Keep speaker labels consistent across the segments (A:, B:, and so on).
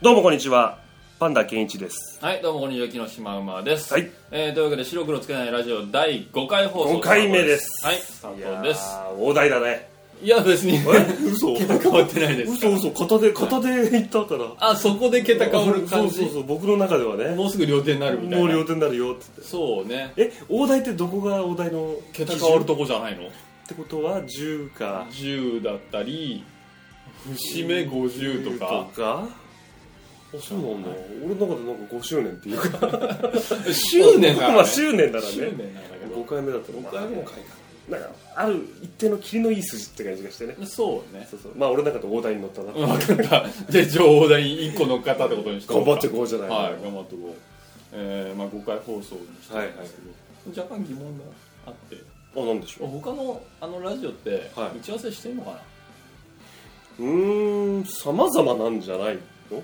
A: どうもこんにちは。パンダケンイチです。
B: はい、どうもこんにちは、木の島馬です。
A: はい
B: えーというわけで、白黒つけないラジオ第5回放送。
A: 5回目です。
B: はい、スタートです。
A: あー大台だね。
B: いや、別に、
A: え 嘘
B: 桁変わってないです。
A: 嘘嘘、片手、片手行ったから。
B: あ、そこで桁変わる
A: そ
B: 感
A: うそう
B: じ。
A: そう、僕の中ではね。
B: もうすぐ両手になるみたいな。
A: もう両手になるよって
B: そうね。
A: 言って。え、大台ってどこが大台の
B: 桁変わる
A: 基準
B: とこじゃないの
A: ってことは10か。
B: ?10 だったり、節目50とか。
A: とかあ、そうなんだ。俺の中でなんか5周年っていうか。
B: 執念だから、ね。
A: まあ周年だから
B: 執
A: ね。
B: 念なんだけ
A: 5
B: ど。
A: 回目だったら。
B: 5回目の
A: ま
B: 回か
A: あなんか、ある一定の切りのいい筋って感じがしてね。
B: な。そうね。
A: そうそう。まあ俺の中で大台に乗ったな。
B: うん分かった。じゃあ、情報台に1個乗っかったってことにして
A: 頑張ってこうじゃない
B: はい、頑張ってこう、えーまあ、5回放送にしてるんですけど、若干疑問があって
A: あ、なんでしょ
B: 他のあのラジオって
A: はい
B: 打ち合わせしてんのかな、
A: う。うーん、様々なんじゃないの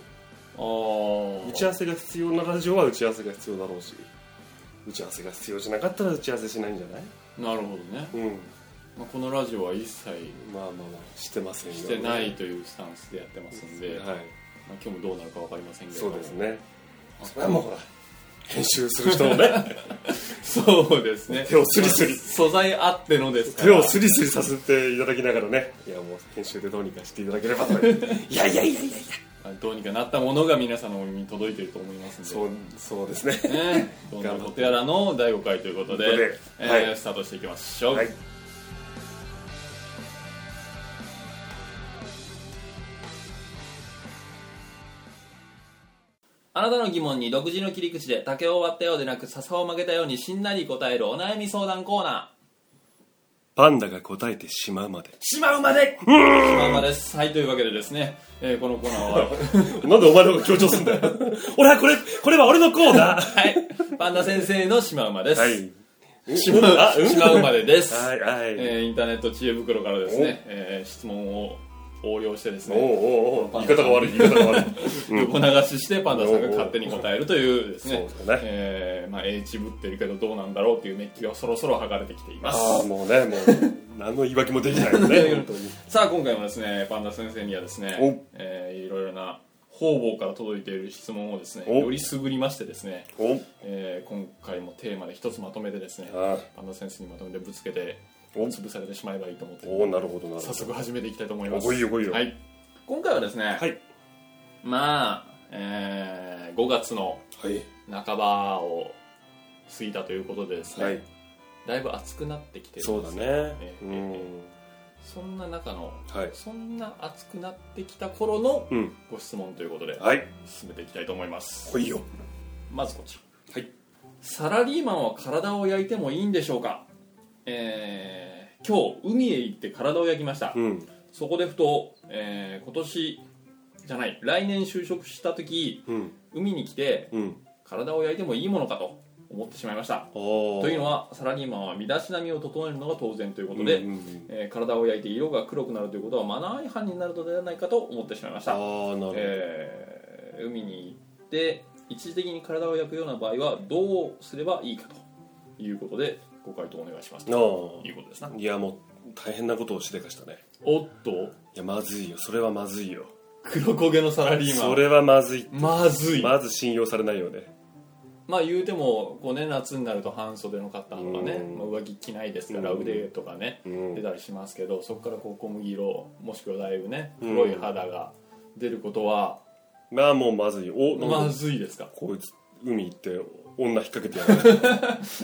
B: ああ
A: 打ち合わせが必要なラジオは打ち合わせが必要だろうし、打ち合わせが必要じゃなかったら打ち合わせしないんじゃない
B: なるほどね、
A: うん。
B: まあ、このラジオは一切
A: まあまあまあ、してませんよ。
B: してないというスタンスでやってますんで、まあ、
A: はい。
B: 今日もどうなるか分かりませんけれど
A: そう
B: も
A: ですね。
B: あ
A: それはもうほら、編集する人のね、
B: そうですね
A: 手をスリスリ
B: 素材あってのです か
A: 手
B: ら
A: をスリスリさせていただきながらね、いやもう編集でどうにかしていただければと。いやいやいやいやいや。
B: まあどうにかなったものが皆さんのお耳に届いていると思いますんで
A: そう、そうですね。
B: ね、どんなことやらの第5回ということで
A: ということ
B: え
A: ではい
B: ースタートしていきましょう、
A: はい。
B: あなたの疑問に独自の切り口で竹を割ったようでなく笹を曲げたようにしんなり答えるお悩み相談コーナ
A: パンダが答えてしまうまで
B: ー。しまうまでしまうまですはいというわけでですね、えーこのコーナ ーは
A: なんでお前の方が強調すん だよ。俺はこれ、これは俺のコーナー。
B: はいパンダ先生のしまうまです、
A: はい。し
B: まうしまうまでです
A: はい、はい。
B: えーインターネット知恵袋からですね、えー質問を横領してです
A: おう
B: ね
A: おうおう言い方が悪い、言い方が悪い。
B: 横流ししてパンダさんが勝手に答えるというですね
A: そうだね
B: えーまあ、英知ぶってるけどどうなんだろうというメッキがそろそろ剥がれてきています
A: ああ、もうね、もう、何の言い訳もでき ないよね、本当に。
B: さあ今回もですねパンダ先生にはですね
A: お、
B: えーいろいろな方々から届いている質問をですね
A: お
B: よりすぐりましてですね、
A: お
B: えー今回もテーマで一つまとめてですね
A: あ
B: パンダ先生にまとめてぶつけて
A: お
B: 潰されてしまえばいいと思って
A: おなるほど、なる
B: 早
A: ほど。
B: 速始めていきたいと思います
A: お来いよ来いよ
B: はい、今回はですね、
A: はい。
B: まあ、え5月の
A: はい。
B: 半ばを過ぎたということでですね、
A: はい。
B: だいぶ暑くなってきてる
A: そ
B: ん
A: う
B: で
A: だ
B: す
A: ね
B: え。
A: う
B: え
A: ん。
B: そんな中の
A: はい。
B: そんな暑くなってきた頃の
A: うん。
B: ご質問ということで
A: はい。
B: 進めていきたいと思います
A: 来いよ。
B: まずこちら
A: はい
B: サラリーマンは体を焼いてもいいんでしょうかえー今日海へ行って体を焼きました
A: うん。
B: そこでふと、えー今年じゃない来年就職した時
A: うん。
B: 海に来て
A: うん。
B: 体を焼いてもいいものかと思ってしまいました
A: お
B: というの
A: は、
B: はサラリーマンは身だしなみを整えるのが当然というこ
A: う
B: と
A: ん
B: で、
A: うん
B: えー体を焼いて色が黒くなるということはマナー違反になるのではないかと思ってしまいまし
A: ああ、
B: た、
A: なる
B: えー海に行って一時的に体を焼くような場合はどうすればいいかということでご回答お願いしますと
A: ほ
B: いうことです
A: ど。
B: な
A: ああ。いや、もう、大変なことをしでかしたね。
B: おっと
A: いや、まずいよ。それはまずいよ。
B: 黒焦げのサラリーマン
A: それはまずい。
B: まずいま
A: まず信用されないよね。
B: あ言うてもこう、ね、夏になると半袖の方とかね
A: うん
B: まあ上着着ないですから
A: うん
B: 腕とかね
A: うん
B: 出たりしますけどそこからこう小麦色もしくはだいぶね黒い肌が出ることは
A: まあもうまずいおなんか
B: まずいですか
A: こいつ海行って女引っ掛けてやがる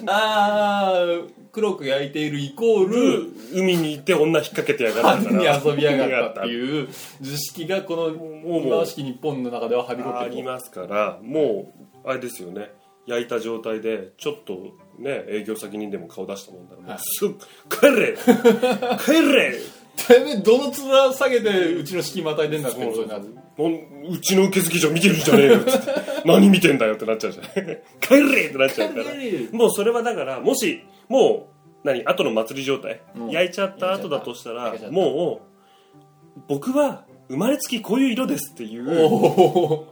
B: あー黒く焼いているイコール
A: 海に行って女引っ掛けてやが
B: 春
A: る
B: に遊びやがったっていう図式がこの
A: もう
B: 忌まわしき日本の中でははびこ
A: あ
B: って
A: り
B: る
A: ますからもうあれですよね焼いた状態でちょっとね営業先にでも顔出したもんだらも
B: は
A: う
B: い
A: すぐ帰れ帰れ
B: てめえどの面下げてうちの式またいでんだってことになる
A: もううちの受付嬢見てるじゃねえよっつって何見てんだよってなっちゃうじゃん帰れってなっちゃうからもうそれはだからもしもう何後の祭り状態、
B: うん
A: 焼いちゃった後だとしたら
B: 焼いちゃった
A: もう僕は生まれつきこういう色ですってい
B: お
A: う
B: お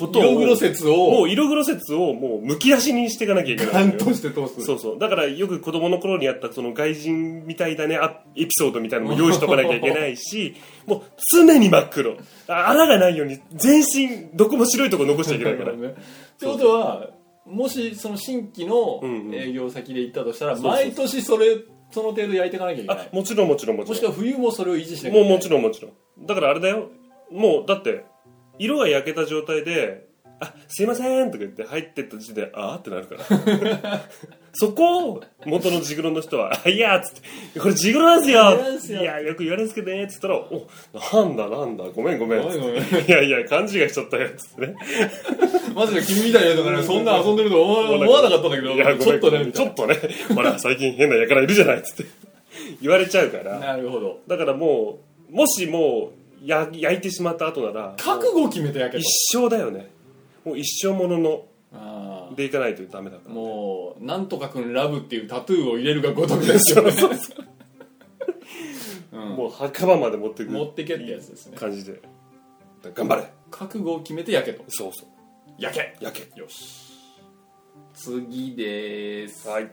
A: ことを
B: 色黒説
A: も
B: を
A: う色黒説をもうむき出しにしていかなきゃいけな
B: ガ
A: いん
B: ン
A: だ
B: と
A: よ
B: して通す
A: そうそうだからよく子供の頃にあったその外人みたいだねあエピソードみたいなのも用意しとかなきゃいけないし もう常に真っ黒ああらがないように全身どこも白いとこ残しちゃいけない から
B: ねってことはもしその新規の
A: うんうん
B: 営業先で行ったとしたら、
A: そうそう
B: 毎年それその程度焼いていかなきゃいけな
A: あ
B: い
A: もちろんもちろんも
B: もし
A: ち
B: く
A: ろ
B: は冬もそれを維持しなんきゃ
A: も
B: いうけない
A: もちろんもちろんだからあれだよもうだって色が焼けた状態で「あすいません」とか言って入ってった時点で「あーってなるから そこを元のジグロの人は「あいや」っつって「これジグロなんすよ
B: ジグロなん」すよ
A: いやよく言われるんですけどね」っつったら「おなんだなんだごめんごめん」
B: ごめんごめん
A: いやいや勘違いしちゃったよ」っつってね
B: マジで君みたいなやつがねそんな遊んでると思わ思わなかったんだけ
A: いや
B: ど
A: ご
B: ちょ
A: め
B: っ
A: んご
B: と
A: め
B: ね
A: ん
B: み
A: ち
B: たい
A: ょっとねほら最近変な輩いるじゃない」っつって言われちゃうから
B: ななるほど
A: だからもうもしもうや焼いてしまった後なら
B: 覚
A: も
B: 悟を決めて焼
A: う
B: けと
A: 一生だよねもう一生ものの
B: あー
A: でいかないとダメだから
B: もう「なんとかくんラブ」っていうタトゥーを入れるがごとくですよねうん
A: もう墓場まで持ってく
B: 持ってけってやつですね
A: 感じでだから頑張れ
B: 覚悟を決めて焼けと
A: そうそう
B: 焼け
A: 焼
B: よし次です
A: けはい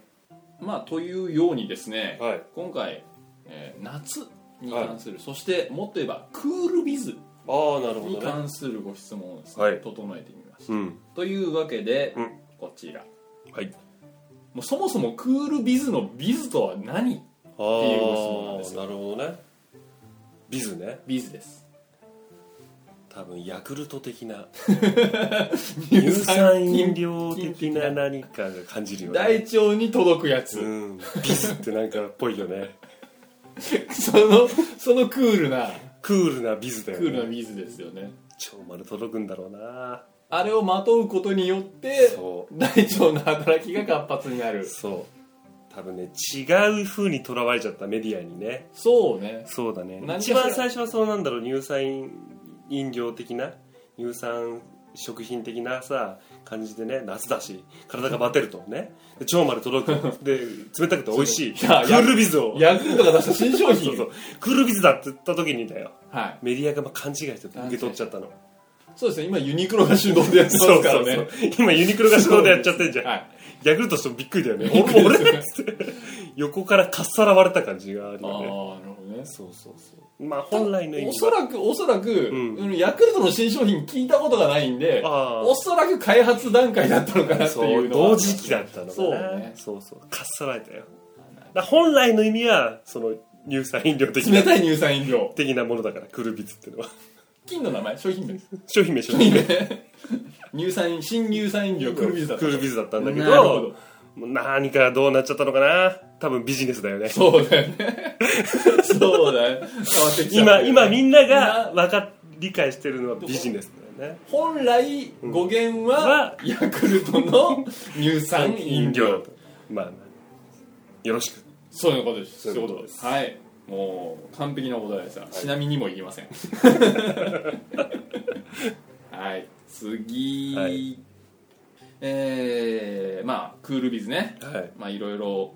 B: まあというようにですね、
A: はい
B: 今回、えー夏に関する、そしてもっと言えばクールビズ
A: ああなるほ
B: に
A: どね
B: 関するご質問をですね、
A: はい
B: 整えてみました、
A: うん
B: というわけで、
A: うん
B: こちら
A: はい
B: もうそもそもクールビズのビズとは何
A: あ
B: いうご質問なんです
A: あなるほどねビズね
B: ビズです
A: 多分ヤクルト的な
B: 乳
A: 乳
B: 酸
A: 酸
B: 飲
A: 飲
B: 料
A: 料的な何かが感じるよね
B: 大腸に届くやつ、
A: うんビズってなんかっぽいよね
B: そのそのクールな
A: クールなビズだ
B: ク
A: よ
B: ールな
A: ね
B: ビズですよね
A: 超丸届くんだろうな
B: あれをまとうことによって
A: そ
B: 大腸の働きが活発になる
A: そう多分ね違う風にとらわれちゃったメディアにね
B: そうね
A: そうだね
B: 何かし
A: 一
B: ら
A: 番最初はそうなんだろう乳酸飲料的な乳酸食品的なさ感じでね夏だし体がバテるとねで腸まで届くで冷たくて美味しいク
B: そういや
A: ールビズを
B: ヤクルトが出した新商
A: そう
B: 品
A: そうクールビズだって言った時にだよ
B: はい
A: メディアがまあ勘違いして受け取っちゃったの
B: そうですね今ユニクロが主導でやってますからね
A: そうそうそう今ユニクロが手動でやっちゃってんじゃん
B: はい
A: ヤクルトとしてもびっくりだよね俺も俺
B: あ
A: 横からかっさらわれた感じがある
B: あ
A: よね
B: ーなるほどね
A: そうそうそうまあ本来の意
B: お
A: 味
B: そ
A: は
B: らくおそらく、
A: ん
B: うんヤクルトの新商品聞いたことがないんで
A: あー
B: おそらく開発段階だったのかなって
A: そ
B: いう
A: う
B: のは
A: 同時期だったの
B: そう
A: かな
B: ね
A: そうそうかっさられたよだから本来の意味はその乳酸飲料的
B: 冷
A: な
B: たい乳酸飲料
A: 的なものだからクルビズっていうのは
B: 金の名前商品名
A: 商品名商品名
B: 乳酸新乳酸飲料クールビズだった
A: クルビズだったんだけど
B: なるほど
A: もう何かどうなっちゃったのかな多分ビジネスだよね
B: そうだよねそうだよ変わってきちゃった
A: 今
B: よね
A: 今みんながわか理解してるのはビジネスだよね
B: 本来語源は、ヤクルトの乳酸飲料
A: まあよろしく
B: そういうことです
A: そういうことです
B: はいもう完璧な答えでした、ちなみにもいりませ んはい次、
A: はい
B: えーまあクールビズね
A: はい、
B: まあいろいろ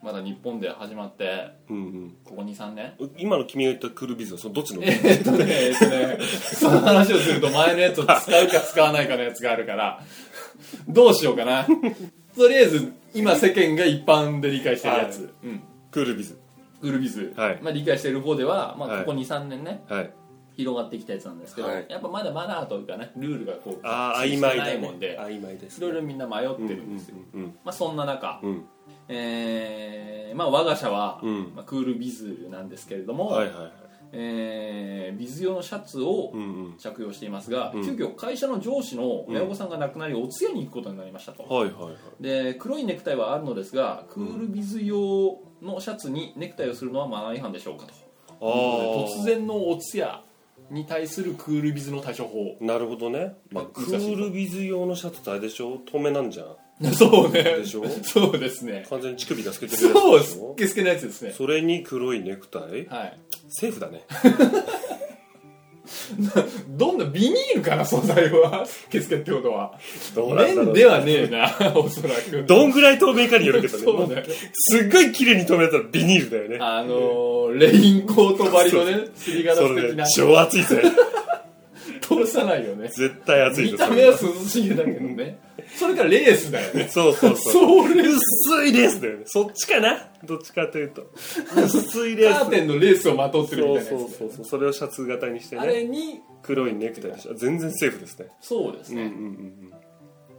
B: まだ日本で始まって
A: うん
B: ここ23年
A: うん、今の君が言ったクールビズはそのどっちの
B: えっとね、えっとね、その話をすると前のやつを使うか使わないかのやつがあるから、どうしようかな。とりあえず、今世間が一般で理解してるやつ、
A: は
B: うん、
A: クールビズ
B: グルビズ、
A: はい
B: まあ、理解してる方では、まあ、
A: はい
B: ここ2、3年ね、
A: はい
B: 広がってきたやつなんですけど、
A: はい
B: やっぱまだマナーというかね、ルールがこう、
A: ああ
B: きっち
A: 曖昧
B: りして
A: だ、
B: な
A: ね、
B: いもんで、
A: 曖昧です
B: いろいろみんな迷ってるんですよ。
A: うん
B: まあ、そんな中、
A: うん
B: えーまあ、我が社は、
A: うん
B: まあ、クールビズなんですけれども、
A: はいはいはい
B: えービズ用のシャツを
A: うんうん
B: 着用していますが、
A: うん
B: 急遽会社の上司の親御さんが亡くなりお通夜に行くことになりましたと、
A: はいはいはい
B: で黒いネクタイはあるのですがクールビズ用のシャツにネクタイをするのはマナー違反でしょうかと
A: ああ
B: 突然のお通夜に対するクールビズの対処法
A: なるほどね、まあ、ク
B: 難しいか
A: ールビズ用のシャツってあれでしょ透明なんじゃん
B: そうね
A: でしょ
B: そうですね
A: 完全に乳首が透けてるや
B: そ
A: つ
B: う
A: で
B: す
A: し
B: っ
A: ょ
B: けすけのやつですね
A: それに黒いネクタイ
B: はい
A: セーフだね
B: どんなビニールかな素材はけすけってことは
A: どうなんだろう
B: 面ではねえなおそらく
A: どんぐらい透明かによるけどね
B: そ
A: も
B: う
A: う
B: だよ
A: すっごい綺麗に透明だったらビニールだよね
B: あのー、レインコート張りのね、すりガラ
A: そ
B: ス
A: れ
B: 的
A: ね
B: な、
A: 超熱いぜ
B: 通さないよね
A: 絶対熱い
B: 見
A: です
B: た目は涼しげだけどねそれからレースだよね
A: そうそうそう
B: そうレース
A: 薄いレースだよねそっちかなどっちかというと薄いレース
B: カーテンのレースをまとってるみ
A: そう
B: た
A: そ
B: いなや
A: う
B: つ
A: そうそうそれをシャツ型にして
B: あれ
A: ね
B: に
A: 黒いネクタイにして全然セーフですね
B: そうです
A: うん
B: ね、
A: うんうん
B: ま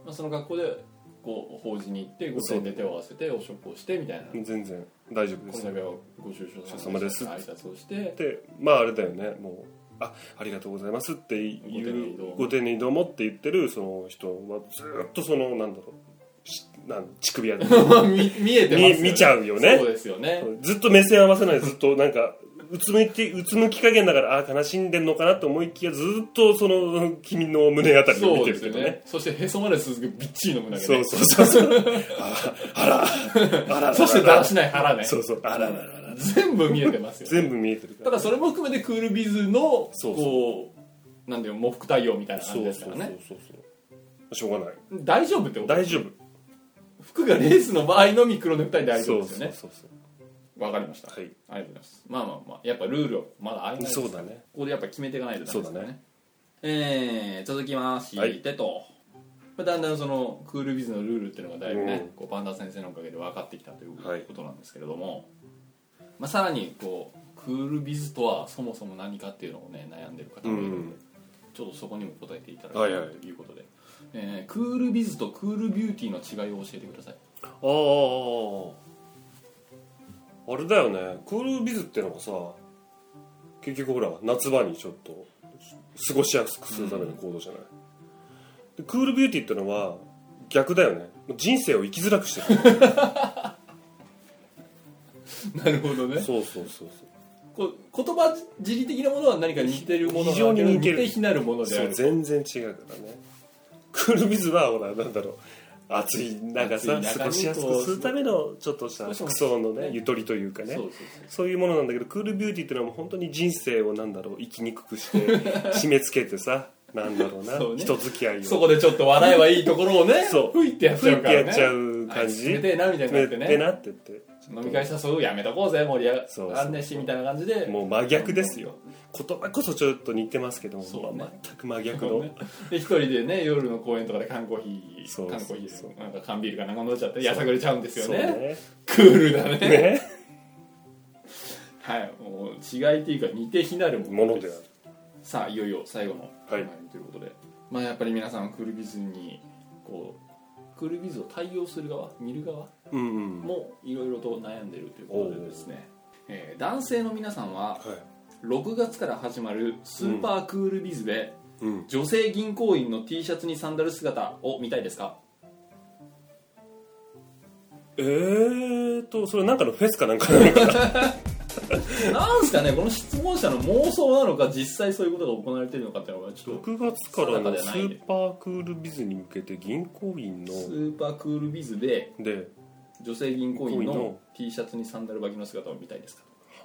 B: あ、その学校でこう法事に行ってご縁で手を合わせてお食をしてみたいな
A: うん全然大丈夫で
B: この
A: す
B: 度はご愁傷様ですって挨拶 をして
A: でまああれだよねもう「あありがとうございます」ってい
B: ご丁寧にどう
A: う
B: も
A: ご丁寧にどうもって言ってるその人はずっとそのなんだろうしなん乳首やで
B: 見見えてますよね
A: 見見ちゃうよね
B: そうですよね
A: ずっと目線合わせないでずっとなんかうつむきうつむき加減だからあー悲しんでんのかなと思いきやずっとその君の胸あたりを
B: そ
A: 見て
B: うで
A: る
B: す
A: け
B: よ
A: どね
B: ねそしてへそまで続くびっちりの胸
A: そ
B: が
A: う
B: ね
A: そうそうそうあらあらあら
B: そしてだらしない腹ね
A: そうそうあらあらあら
B: 全部見えてますよね
A: 全部見えてるか
B: た
A: ら
B: だそれも含めてクールビズの
A: そうそう
B: こうなんていうの喪服対応みたいな感
A: そ
B: じ
A: う
B: ですか
A: そうそう
B: ら
A: そう
B: ね
A: そうしょうがない
B: 大丈夫ってこと
A: 大丈夫
B: 服がレースの場合のみ黒ネクタイで大丈夫ですよね
A: そうそうそう
B: わかりましたあ
A: そうはい
B: りがとうございますまあまあまあやっぱルールはまだありないです
A: そうだね
B: ここでやっぱ決めていかないとダメです
A: そうだ
B: ねえー、続きまして、
A: はい
B: とまあだんだんそのクールビズのルールっていうのがだいぶね、
A: うん
B: こうパンダ先生のおかげで分かってきたという
A: はい
B: ことなんですけれども、まあ、さらにこうクールビズとはそもそも何かっていうのをね悩んでる方もいるので、
A: うん
B: ちょっとそこにも答えていただきた
A: はいいはい
B: ということで、えークールビズとクールビューティーの違いを教えてください
A: あああれだよねクールビズってのがさ結局ほら夏場にちょっと過ごしやすくするための行動じゃない、でクールビューティーってのは逆だよねもう人生を生きづらくしてる
B: なるほどね
A: そうそうそうそ
B: こう言葉尻的なものは何か似てるものがあ
A: 非常に似てる
B: 似て非なるもの
A: う
B: であ
A: そう
B: る
A: 全然違うからねクールビズはほらなんだろう暑い中さ
B: 暑い中に
A: 過ごしやすくするためのちょっとした服装のね
B: ね
A: ゆとりというかね
B: そうそうそう
A: そういうものなんだけどクールビューティーってのはもう本当に人生をなんだろう生きにくく して締め付けてさなんだろうな
B: そうね
A: 人付き合いを
B: そこでちょっと笑えばいいところを ね、
A: そう
B: 吹いてやっちゃうから
A: 吹
B: ね。
A: いてやっちゃう感じ
B: あいつ冷てえなみたいになって
A: ねえ
B: ね。
A: なってって
B: 飲み会誘うやめとこうぜ、盛り
A: そうそう
B: 上がんねえし、みたいな感じで。
A: もう真逆ですよ言葉こそちょっと似てますけども、
B: そうね
A: まあ全く真逆
B: そう
A: の、
B: ね。で、一人でね、夜の公園とかで缶コーヒ
A: そ
B: ー、
A: う
B: 缶コーヒ
A: そ
B: ー、なんか缶ビールかなんか飲んじゃって、やさぐれちゃうんですよ
A: そう
B: ね。
A: ね
B: クールだね。
A: ね
B: はい、もう違いっていうか、似て非なるも
A: も
B: の
A: の
B: で。
A: ですある
B: さあ、いよいよ最後の、
A: はい
B: ということで。まあ、やっぱり皆さん、クールビズに、こう、クールビズを対応する側、見る側、
A: うんうんは
B: もいろいろと悩んでいるということでですね、えー男性の皆さんはい6月から始まるスーパークールビズで
A: うん
B: 女性銀行員の T シャツにサンダル姿を見たいですか
A: えーとそれなんかのフェスかなんかなのか
B: なんすかねこの質問者の妄想なのか実際そういうことが行われているのかっていうのはちょっと
A: 6月からの
B: 定かで
A: ス
B: はないね
A: ーパークールビズに向けて銀行員の
B: スーパークールビズで
A: で
B: 女性銀行員
A: 銀行員
B: の
A: の
B: T シャツにサンダル履きの姿を見たいですか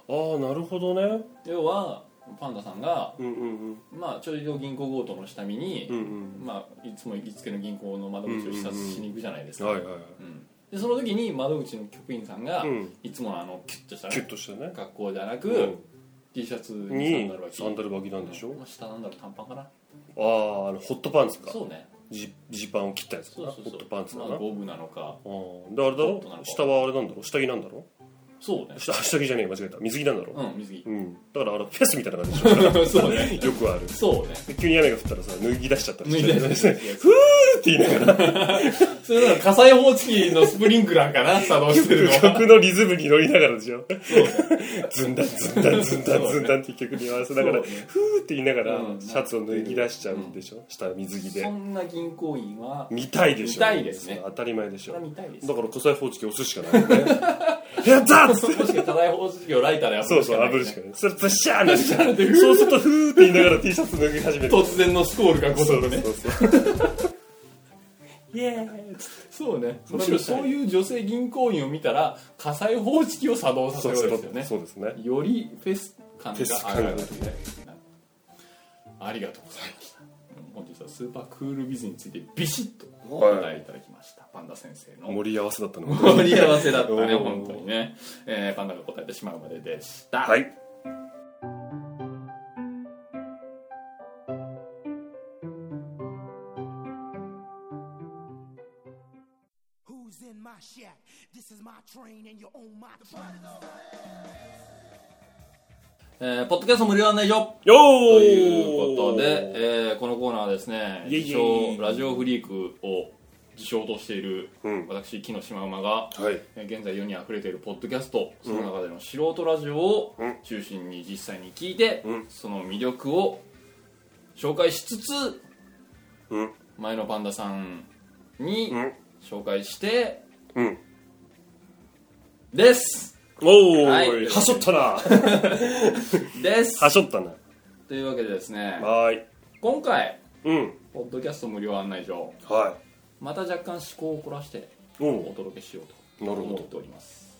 A: ああなるほどね
B: 要はパンダさんが、
A: うんうんうん
B: まあ、ちょいど銀行強盗の下見に
A: う、ん
B: まあ、いつも行きつけの銀行の窓口を視察しに行くじゃないです
A: う
B: か、
A: んはいはいはい
B: でその時に窓口の局員さんが、
A: うん
B: いつものあのキュッとした
A: キュッとしたね
B: 格好じゃなく、T シャツ
A: うん
B: に
A: に
B: サンダルは着
A: サンダル履きなんでしょ、
B: まあ、下なんだろう短パンかな
A: あああのホットパンツか
B: そうね
A: ジジーパンを切ったやつか
B: そう
A: な
B: そうそう
A: ホットパンツかな、
B: まあ、
A: あ
B: ゴブなのか
A: ーであれだ
B: ホッ
A: ろ
B: トなのか
A: 下はあれなんだろ下着なんだろ
B: そうね
A: 下下着じゃねえ間違えた水着なんだろ、
B: うん 水着
A: うんだからあのフェスみたいな感じでし
B: そうね
A: ょよくある
B: そうね
A: で急に雨が降ったらさ脱ぎ出しちゃったり
B: 脱い
A: し
B: で
A: て
B: る
A: ふー って言いながら
B: それなら火災報知器のスプリンクラーかな作動してるの は
A: 曲のリズムに乗りながらでしょ
B: そう
A: ずんだんずんだんずんだんずんだんっていう曲に合わせながら、
B: そうね
A: ふーって言いながら
B: うん
A: シャツを脱ぎ出しちゃうんでしょ、下水着
B: そ
A: で
B: んな銀行員は
A: 見たいでしょ
B: 見たいですね
A: 当たり前でし
B: そ
A: ょ
B: れは見たいです
A: だから火災報知器押すしかないよね やったーっつ
B: そ
A: っ
B: う
A: て
B: もしくは火災報知器をライターで
A: そう
B: し
A: そう
B: かな
A: 炙
B: いね
A: るしかないそれプッシャーなん
B: ャーって
A: で そうするとフーって言いながら T シャツ脱ぎ始める
B: 突然のスコールがご
A: そ
B: と
A: う
B: く
A: そう
B: ね
A: そう
B: イエーイそうねむしろ
A: むしろ
B: そ
A: そうう
B: いう女性銀行員を見たら火災報知器を作動させ
A: そ
B: る
A: う
B: わけ
A: そ
B: で
A: う
B: す
A: そ
B: よね
A: うですね
B: よりフェス感
A: フェス
B: が
A: 感
B: 上
A: が
B: がるありがとうございました本日はスーパークールビズについてビシッとお答えいただきました、パンダ先生の
A: 盛り合わせだったの
B: 盛 り合わせだったね
A: おー
B: 本当にね、えーパンダが答えてしまうまででした、
A: はい
C: back. This is my train and you're on my track.
B: えーポッドキャスト無料案内所
A: よー
B: ということで、えーこのコーナーはですね
A: イエイ
B: 自
A: イエイ
B: 称ラジオフリークを自称としている、
A: うん
B: 私木野島馬が、
A: はい
B: えー現在世にあふれているポッドキャストその中での素人ラジオを
A: うん
B: 中心に実際に聞いて、
A: うん
B: その魅力を紹介しつつ
A: うん
B: 前のパンダさんに
A: うん
B: 紹介して
A: うん
B: です
A: おお、
B: はい
A: はしょったな は
B: です
A: しょったな
B: というわけでですね
A: はーい
B: 今回
A: うん
B: ポッドキャスト無料案内所
A: は
B: また若干思考を凝らして
A: いお
B: お
A: お
B: 届けしようと
A: なるほど
B: 思っております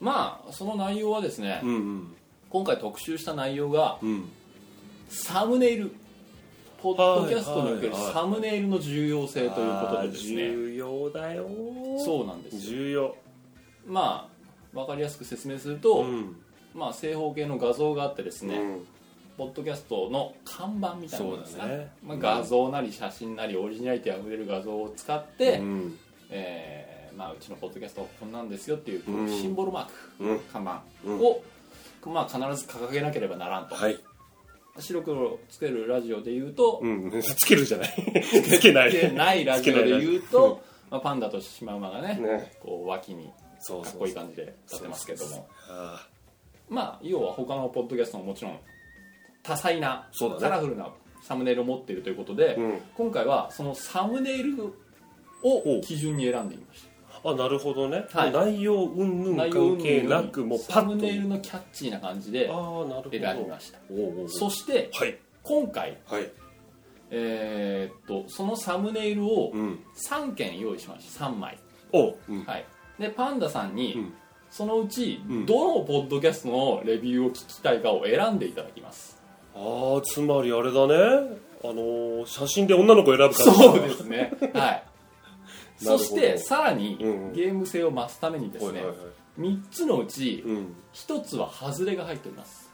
B: まあその内容はですね、
A: うんうん
B: 今回特集した内容が
A: うん
B: サムネイルポッドキャストにおける
A: はいはいはい
B: サムネイルの重要性ということでです
A: あー
B: ね
A: 重要だよー
B: そうなんですよ
A: 重要
B: まあわかりやすく説明すると、
A: ん
B: まあ正方形の画像があってです
A: う
B: ね、
A: ん
B: ポッドキャストの看板みたいなものです
A: そうだね
B: まあ、画像なり写真なりオリジナリティあふれる画像を使って、
A: うん
B: えーまあ、うちのポッドキャストはこんなんですよっていう
A: うん
B: シンボルマーク、
A: うん
B: 看板
A: うん
B: を、まあ、必ず掲げなければならんと、
A: はい
B: 白黒つけるラジオで言うと、
A: うん つけるじゃない つけない
B: つけないラジオで言うと、まあ、パンダとシマウマがね
A: ね
B: こう脇に
A: そう
B: かっ
A: そう
B: こいい感じで立ってますけども
A: そうあ
B: まあ要は他のポッドキャストももちろん多彩な、
A: そうだね
B: カラフルなサムネイルを持っているということで、
A: うん
B: 今回はそのサムネイルを基準に選んでいました
A: ーあなるほどね、
B: はい
A: 内容うんぬん
B: 内容
A: 関係なくもうパ
B: サム
A: ッと
B: ネイルのキャッチーな感じで
A: ああなるほど
B: 選びました
A: おうおうおう
B: そして
A: はい
B: 今回、
A: はい
B: えーっとそのサムネイルを
A: うん
B: 3件用意しました3枚、
A: おううん
B: はい、でパンダさんに、
A: うん
B: そのうち
A: うん
B: どのポッドキャストのレビューを聞きたいかを選んでいただきます、
A: ああつまりあれだねあのー、写真で女の子選ぶから
B: そうですね は
A: なる
B: い
A: ほど
B: そしてさらに
A: うんうん
B: ゲーム性を増すためにです
A: はい
B: ね、
A: はいはい
B: 3つのうち
A: うん
B: 1つはハズレが入っております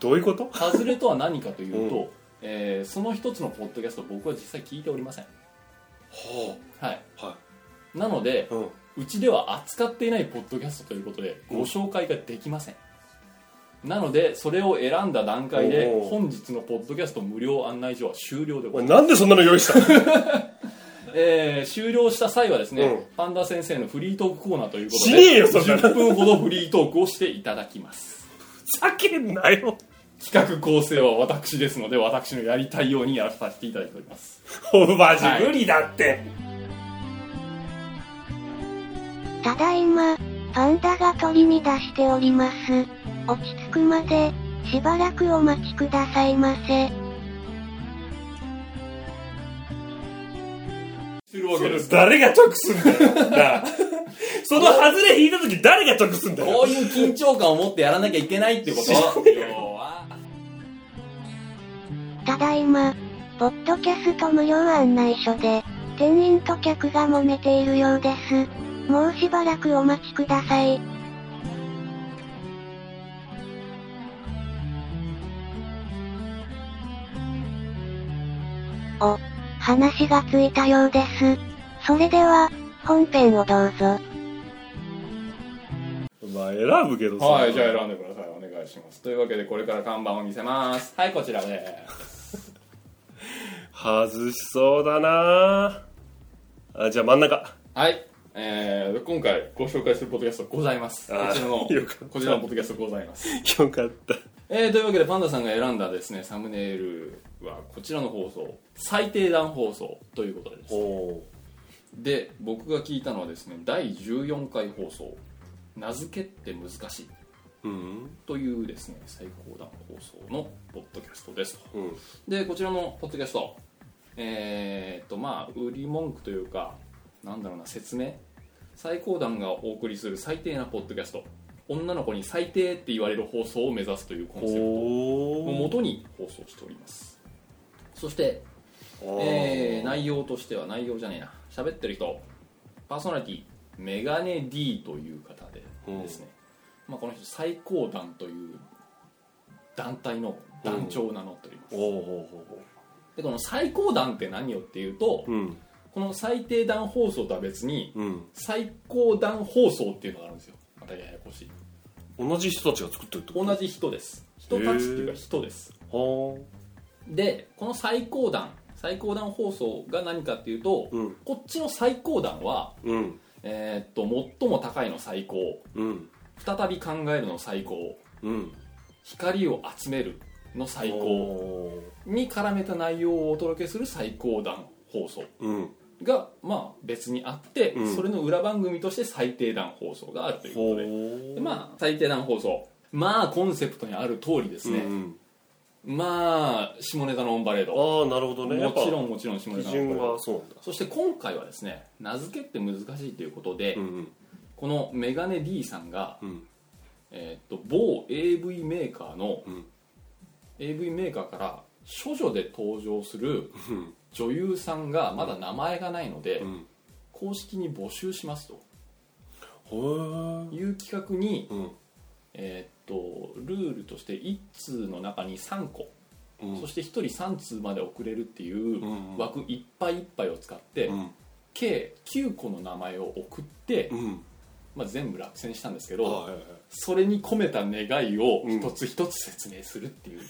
A: どういうこと
B: ハズレとは何かというと、
A: う
B: えーその1つのポッドキャストを僕は実際聞いておりません
A: は
B: はい
A: あは
B: なので
A: いうん
B: うちでは扱っていないポッドキャストということで
A: うん
B: ご紹介ができません、なのでそれを選んだ段階で
A: おー
B: 本日のポッドキャスト無料案内所は終了で
A: お
B: ござい
A: い
B: ま
A: なんでそんなの用意したの
B: す、えー終了した際はですね、
A: うん
B: パンダ先生のフリートークコーナーということ
A: し
B: で
A: ねえよそんなの
B: 10分ほどフリートークをしていただきます
A: ふざけんなよ
B: 企画構成は私ですので私のやりたいようにやらさせていただいております
A: おマジ
B: はい
A: 無理だって、
D: ただいま、パンダが取り乱しております。落ち着くまで、しばらくお待ちくださいませ。
B: してるわけです
A: 誰が得すんだよなあその外れ引いた時誰が得すんだ
B: こ
A: よ
B: ういう緊張感を持ってやらなきゃいけないってこと要は
D: ただいま、ポッドキャスト無料案内所で、店員と客が揉めているようです。もうしばらくお待ちください。お、話がついたようです。それでは、本編をどうぞ。
A: まあ選ぶけどさ
B: はい、じゃあ選んでください。お願いします。というわけで、これから看板を見せます。はい、こちらです。
A: 外しそうだなあじゃあ真ん中
B: はい。えー、今回ご紹介するポッドキャストございます。こ
A: あー
B: ちらの
A: よかった、
B: こちらのポッドキャストございます。
A: よかった
B: えー、というわけで、パンダさんが選んだですね、サムネイルはこちらの放送、最低段放送ということです。
A: お
B: で、僕が聞いたのはですね、第14回放送、名付けって難しい
A: うん
B: というですね、最高段放送のポッドキャストですと。
A: うん
B: でこちらのポッドキャストえー、っとまあ売り文句というかなんだろうな説明最高段がお送りする最低なポッドキャスト女の子に最低って言われる放送を目指すというコンセプトを
A: お
B: も
A: ー
B: とに放送しておりますそして、
A: あ
B: えー
A: ー
B: 内容としては内容じゃねえな喋ってる人パーソナリティメガネ D という方でですね、まあ、この人最高段という団体の団長を名乗っております
A: おーおーおーおー
B: でこの最高段って何よっていうと、
A: うん
B: この最低段放送とは別に
A: うん
B: 最高段放送っていうのがあるんですよまたややこしい
A: 同じ人たちが作ってるってこと
B: 同じ人です人たちっていうか
A: へー
B: 人です
A: は
B: でこの最高段最高段放送が何かっていうと、
A: あうん
B: こっちの最高段は、
A: うん
B: えーっと最も高いの最高
A: うん
B: 再び考えるの最高
A: うん
B: 光を集めるの最高
A: お
B: に絡めた内容をお届けする最高段放送
A: ーうん
B: がまあ別にあって、
A: うん
B: それの裏番組として最低段放送があるという
A: ほ
B: ことで
A: う
B: でまあ最低段放送まあコンセプトにある通りですね、
A: うん
B: まあ下ネタのオンパレード
A: ああなるほどねや
B: も
A: っぱ
B: ちろんもちろん下ネ
A: 基
B: タのオ
A: 準
B: ンパレー
A: が
B: ド
A: そうなんだ
B: そして今回はですね名付けって難しいということで、
A: うん
B: このメガネ D さんが、
A: うん
B: えーっと某 AV メーカーの、
A: うん
B: AV メーカーから処女で登場する
A: うん
B: 女優さんがまだ名前がないので、
A: うん
B: 公式に募集しますと
A: ほー
B: いう企画に、
A: うん
B: えーっとルールとして1通の中に3個、
A: うん
B: そして1人3通まで送れるっていう
A: うん
B: 枠いっぱいいっぱいを使って、
A: うん
B: 計9個の名前を送って、
A: うん
B: まあ、全部落選したんですけど、
A: はいはいはい
B: それに込めた願いを
A: うん
B: 一つ一つ説明するっていう、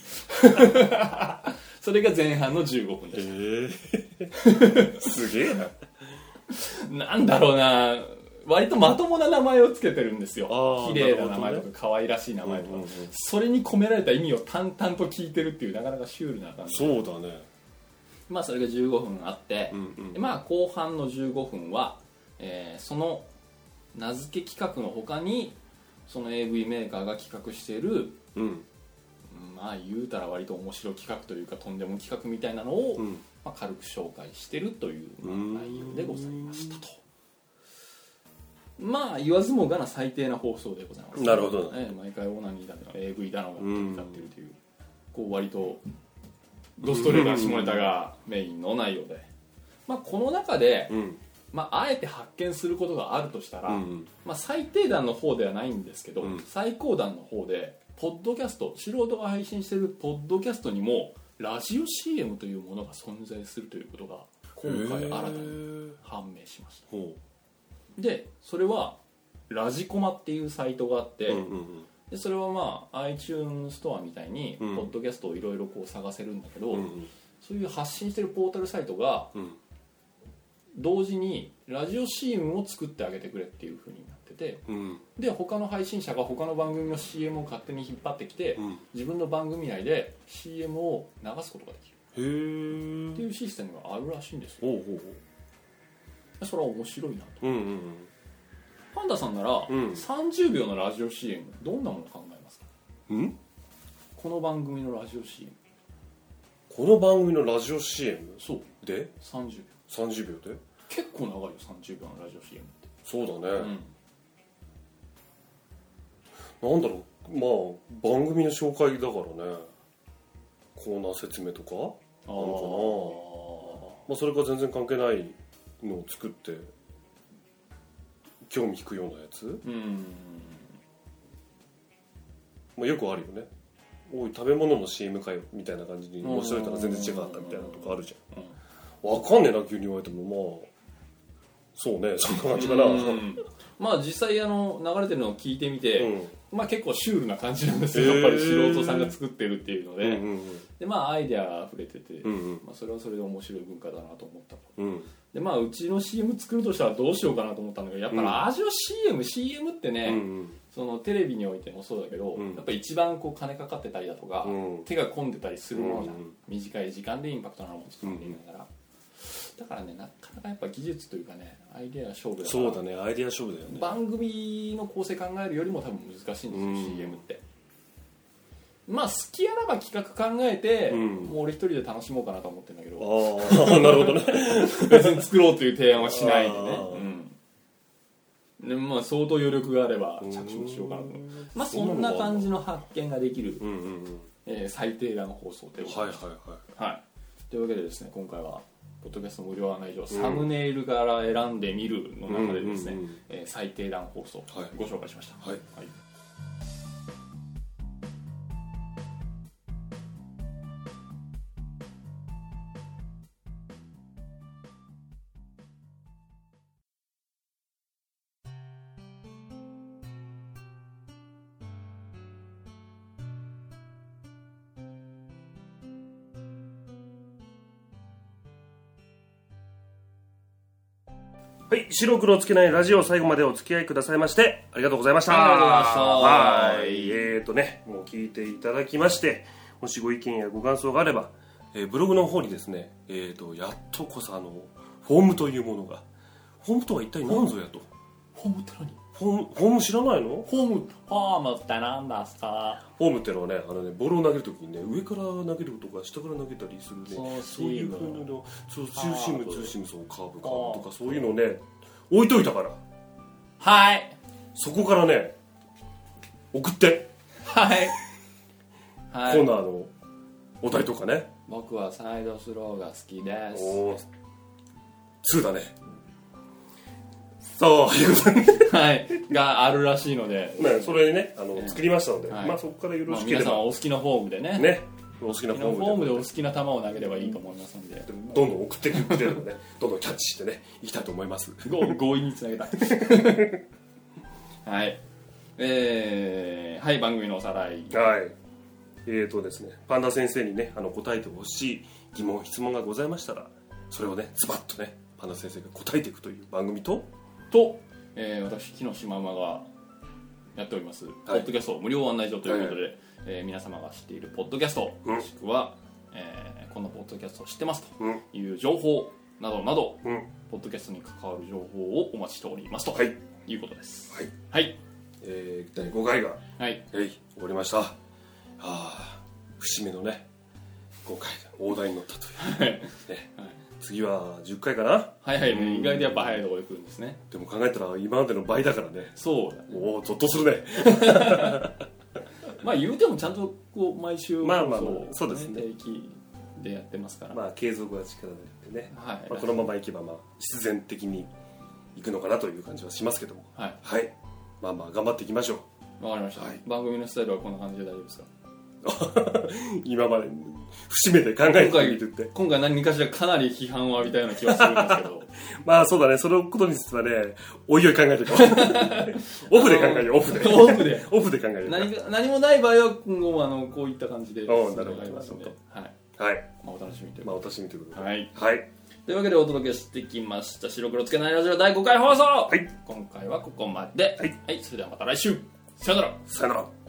B: それが前半の15分でし
A: ええ すげえな
B: たなんだろうな割とまともな名前をつけてるんですよ
A: あー
B: 綺麗な名
A: な
B: 前
A: る
B: と
A: ほど
B: か可愛らしい名前とか、
A: うんうんうん
B: それに込められた意味を淡々と聞いてるっていうなかなかシュールな感じ
A: そうだね
B: まあそれが15分あって、
A: うんうん
B: でまあ後半の15分は、えーその名付け企画の他にその AV メーカーが企画している
A: うん
B: まあ言うたら割と面白企画というかとんでも企画みたいなのを、
A: うん
B: まあ、軽く紹介してるという、まあ
A: うーん
B: 内容でございましたとまあ言わずもがな最低な放送でございます
A: なるほど
B: ええ毎回オナニーだの AV だのが歌ってるというこう割とドストレートな下ネタがメインの内容で、まあ、この中で、
A: うん
B: まあ、あえて発見することがあるとしたら、
A: うん
B: まあ、最低段の方ではないんですけど、
A: うん
B: 最高段の方でポッドキャスト素人が配信しているポッドキャストにもラジオ CM というものが存在するということが今回新たに
A: に
B: 判明しました、
A: ほ
B: でそれはラジコマっていうサイトがあって、
A: ううんうん
B: でそれはまあ iTunes ストアみたいにポ
A: うん
B: ッドキャストをいろいろこう探せるんだけど、
A: うんうん
B: そういう発信してるポータルサイトが
A: うん
B: 同時にラジオ CM を作ってあげてくれっていうふうになってて
A: うん
B: で他の配信者が他の番組の CM を勝手に引っ張ってきて、
A: うん
B: 自分の番組内で CM を流すことができる
A: へえ
B: っていうシステムがあるらしいんですよ
A: ほうほう
B: それは面白いなと
A: ほううんうん
B: パンダさんなら、
A: うん
B: 30秒のラジオ CM どんなもの考えますか
A: うんん
B: この番組のラジオ CM
A: この番組のラジオ CM
B: そう
A: で
B: 30秒
A: 30秒で
B: 結構長いよ30秒のラジオ CM って、
A: そう
B: う
A: だね
B: ん、
A: なんだろうまあ番組の紹介だからねコーナー説明とか
B: あ
A: まあそれが全然関係ないのを作って興味引くようなやつ、
B: あうん
A: まあ、よくあるよねおい食べ物の CM かよみたいな感じに面白いから全然違かったみたいなとこあるじゃ
B: うん
A: んわかんねえな急に言われてもまあそうねそんな感じかなう、
B: うんんまあ実際あの流れてるのを聞いてみて、
A: うん
B: まあ、結構シュールな感じなんですよ、
A: へー
B: やっぱり素人さんが作ってるっていうの
A: う
B: で,、
A: んうん
B: でまあ、アイデアが溢れてて、
A: うんうん
B: まあ、それはそれで面白い文化だなと思ったと
A: うん
B: で、まあ、うちの CM 作るとしたらどうしようかなと思ったんだけどやっぱ
A: うん
B: ラジオ CMCM、CM ってね、
A: うん
B: そのテレビにおいてもそうだけど、
A: うん
B: やっぱ一番こう金かかってたりだとか、
A: うん
B: 手が込んでたりするものじゃん、
A: うんうん
B: 短い時間でインパクトなものを作っていながら、だからねなかなかやっぱ技術というかねアイデア勝負だから
A: そうだねアイデア勝負だよね
B: 番組の構成考えるよりも多分難しいんですよ、
A: うん
B: CM ってまあ好きやらば企画考えて、
A: うん
B: もう俺一人で楽しもうかなと思ってんだけ
A: あ
B: ど
A: あなるほどね
B: 別に作ろうという提案はしないでね
A: あー
B: うんでまあ相当余力があれば着手しようかなと思う
A: うん
B: まあそんな感じの発見ができる、
A: うんうんうん
B: えー最低段放送ということ
A: はい
B: で
A: はいは
B: はい、というわけでですね今回はポッドキャスト無料案内所、サムネイルから選んでみるの中でですね、
A: うんうんうん
B: えー最低段放送、
A: はい
B: ご紹介しました、
A: はいはい、白黒つけないラジオ最後までお付き合いくださいましてありがとうございました
B: ありがとうございました
A: はいえーとねもう聞いていただきましてもしご意見やご感想があれば、えーブログの方にですねえーとやっとこさあのフォームというものがフォームとは一体何ぞやと
B: ホームって何
A: フォームフォーム知らないの
B: ホームホームって何ですか
A: フォームってのはねあのねボールを投げるときにね上から投げるとか下から投げたりする
B: そ
A: ね
B: う
A: そういうふうなのそうツーシーム
B: カーブ
A: ツーシームそうカーブカーブと
B: あー
A: かそういうのをね置いといたから
B: はい
A: そこからね送って、
B: はいは
A: コー
B: い
A: ナーのお題とかね
B: 僕はサイドスローが好きです
A: おー2だねさあいうことでね
B: はいがあるらしいので、
A: ねそれにねあの、
B: え
A: 作りましたので、
B: はい
A: まあそこからよろ
B: まあ、
A: しけ
B: 皆
A: れ
B: さん
A: ば、
B: はお好きなフォームでね
A: ねお好きな
B: 好
A: フ
B: きなフ
A: ォ
B: ォー
A: ーム
B: ム
A: で
B: でお好きな球を投げればいいと思いますんで
A: どんどん送ってくれるので、ね、どんどんキャッチしてねいきたいと思います
B: ご強引につなげたはいえー、はい番組のおさらい
A: はい。えーとですね、パンダ先生にね、あの答えてほしい疑問、質問がございましたら、それをね、ズバッとね、パンダ先生が答えていくという番組と、
B: と、えー、私木下ママがやっております、ポッドキャスト無料案内所ということで、えー皆様が知っているポッドキャスト、
A: うん
B: もしくは、えーこのポッドキャストを知ってます
A: うん、
B: という情報などなど
A: うん、
B: ポッドキャストに関わる情報をお待ちしておりますと、
A: はいい、
B: うことです
A: はい、
B: はい、
A: えー、第5回が、
B: はい、
A: えい、終わりました。ああー、節目のね、5回が大台に乗ったという。ね
B: はい
A: 次は10回かな
B: はいはいね意外とやっぱ早いところで来るんですね
A: でも考えたら今までの倍だからね
B: そうだね
A: おおゾッとするね
B: まあ言うてもちゃんとこう毎週
A: まあまあ
B: 放
A: まあ
B: 送を
A: そうですね
B: 定期でやってますから、
A: まあ継続は力なんでね、
B: はい
A: まあ、このままいけばまあ必然的にいくのかなという感じはしますけども
B: はい
A: はい。まあまあ頑張っていきましょう。
B: わかりました、
A: はい
B: 番組のスタイルはこんな感じで大丈夫ですか
A: 今まで節目で考えてみるって。
B: 今回何かしらかなり批判を浴びたような気がするんですけど
A: まあそうだね。そのことについてはね、おいおい考えていこ う。オフで考えよう、オフで。
B: オフで
A: オフで考え よう。
B: 何か何もない場合は今後もあのこういった感じで
A: おうなるほど
B: 進めてまいりますので、はい
A: はい。
B: まあ、お楽しみという
A: ま
B: こ
A: あお楽しみということ
B: と
A: で。
B: で、はい、
A: はい。
B: というわけでお届けしてきました「白黒つけないラジオ」第5回放送、
A: はい
B: 今回はここまで、
A: はい
B: はい、それではまた来週さよなら
A: さよなら。